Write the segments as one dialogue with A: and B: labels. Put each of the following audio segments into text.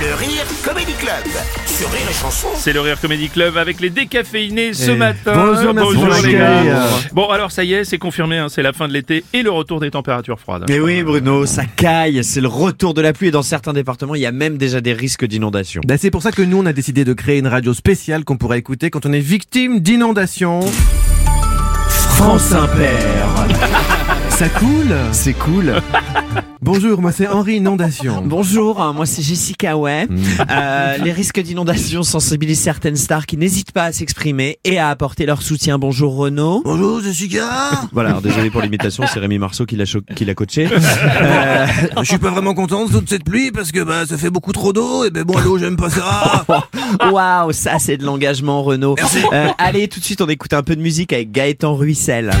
A: Le Rire Comedy Club sur Rire et Chanson.
B: C'est le Rire Comedy Club avec les décaféinés ce matin.
C: Eh, bonjour, merci pour
B: les
C: l'accueil.
B: gars. Bon, alors ça y est, c'est confirmé, hein, c'est la fin de l'été et le retour des températures froides.
C: Mais oui Bruno, ça caille, c'est le retour de la pluie et dans certains départements il y a même déjà des risques d'inondation.
D: Ben, c'est pour ça que nous, on a décidé de créer une radio spéciale qu'on pourrait écouter quand on est victime d'inondations.
C: France Impair
D: Ça coule
C: C'est cool.
D: Bonjour, moi c'est Henri Inondation.
C: Bonjour, hein, moi c'est Jessica Way. Euh, les risques d'inondation sensibilisent certaines stars qui n'hésitent pas à s'exprimer et à apporter leur soutien. Bonjour Renaud.
E: Bonjour, je suis gars.
C: Voilà, alors, désolé pour l'imitation, c'est Rémi Marceau qui l'a cho- qui l'a coaché.
E: Je suis pas vraiment content de toute cette pluie parce que bah ça fait beaucoup trop d'eau et ben moi l'eau j'aime pas ça.
C: Waouh, ça c'est de l'engagement Renaud. Euh, allez, tout de suite on écoute un peu de musique avec Gaëtan Ruissel.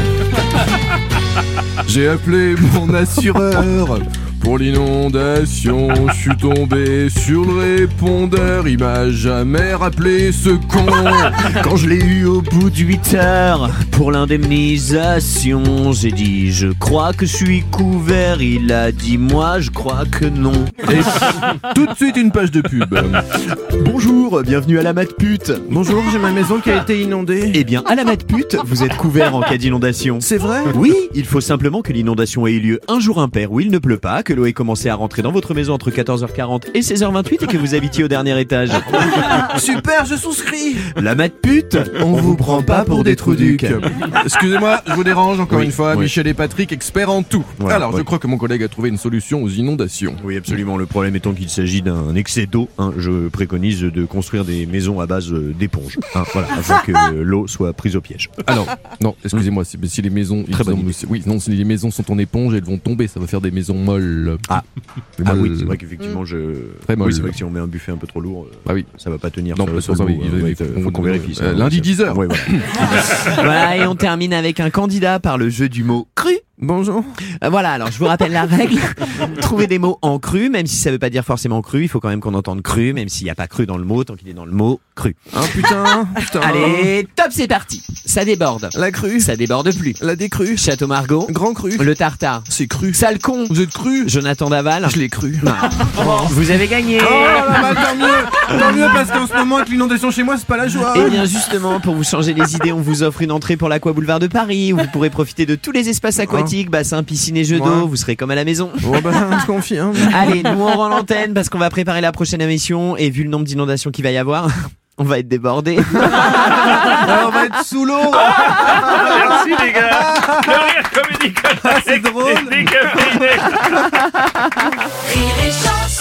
F: J'ai appelé mon assureur pour l'inondation. Je suis tombé sur le répondeur. Il m'a jamais rappelé ce con.
C: Quand je l'ai eu au bout de 8 heures pour l'indemnisation, j'ai dit je crois que je suis couvert. Il a dit moi je crois que non.
F: Et tout de suite une page de pub.
C: Bonjour, bienvenue à la mat pute.
D: Bonjour, j'ai ma maison qui a été inondée.
C: Eh bien, à la mat pute, vous êtes couvert en cas d'inondation.
D: C'est vrai
C: Oui, il faut simplement que l'inondation ait eu lieu un jour impair où il ne pleut pas, que l'eau ait commencé à rentrer dans votre maison entre 14h40 et 16h28 et que vous habitiez au dernier étage. Ah.
D: Super, je souscris
C: La mat pute,
D: On vous prend pas pour des trouducs.
F: Excusez-moi, je vous dérange encore
C: Oui,
F: une fois.
C: oui.
F: Michel et Patrick, experts en tout.
C: Voilà,
F: Alors,
C: ouais.
F: je crois que mon collègue a trouvé une solution aux inondations.
C: Oui, absolument. Le problème étant qu'il s'agit d'un excès d'eau. hein. Je préconise de construire des maisons à base euh, d'éponges. hein, voilà, afin que euh, l'eau soit prise au piège.
F: Alors, non, excusez-moi, c'est- si les maisons, ils
C: Très bonne
F: ont-
C: idée.
F: c'est- oui, non, si les maisons sont en éponge, elles vont tomber. Ça va faire des maisons molles.
C: Ah. Ah
F: Molles.
C: oui, c'est vrai qu'effectivement, je.
F: Très molle.
C: Oui, c'est vrai que si on met un buffet un peu trop lourd, euh,
F: Ah oui.
C: ça va pas tenir.
F: Non,
C: sur,
F: bah,
C: sur
F: ça,
C: le
F: oui,
C: bout,
F: il
C: hein.
F: va-
C: Ouais,
F: il
C: faut,
F: faut
C: faut qu'on
F: nous-
C: vérifie ça. hein.
F: euh, lundi, 10h.
C: Ouais, voilà.
G: Voilà, et on termine avec un candidat par le jeu du mot cru.
D: Bonjour.
G: Euh, Voilà, alors je vous rappelle la règle.
C: Trouver des mots en cru, même si ça veut pas dire forcément cru, il faut quand même qu'on entende cru, même s'il n'y a pas cru dans le mot, tant qu'il est dans le mot cru.
D: Hein, putain, putain.
G: Allez, top, c'est parti. Ça déborde.
D: La crue,
G: Ça déborde plus.
D: la décrue,
G: Château Margot,
D: grand cru.
G: le tartare,
D: C'est cru.
G: sale con,
D: Vous êtes cru
G: Jonathan Daval.
D: Je l'ai cru.
G: Vous avez gagné.
D: Oh là là, tant mieux Tant mieux parce qu'en ce moment, avec l'inondation chez moi, c'est pas la joie.
G: Et Eh bien justement, pour vous changer les idées, on vous offre une entrée pour l'Aqua Boulevard de Paris, où vous pourrez profiter de tous les espaces aquatiques, bassins, piscines et jeux d'eau.
D: Ouais.
G: Vous serez comme à la maison.
D: Bon ben, je confie. Hein.
G: Allez, nous on rend l'antenne parce qu'on va préparer la prochaine émission et vu le nombre d'inondations qu'il va y avoir, on va être débordé.
D: Ah, on va être sous l'eau.
B: Merci les gars Le
C: Ah,
B: Rire Comedy Club
D: c'est
B: avec
D: drôle.
B: les décaféinés
H: Rire et chanson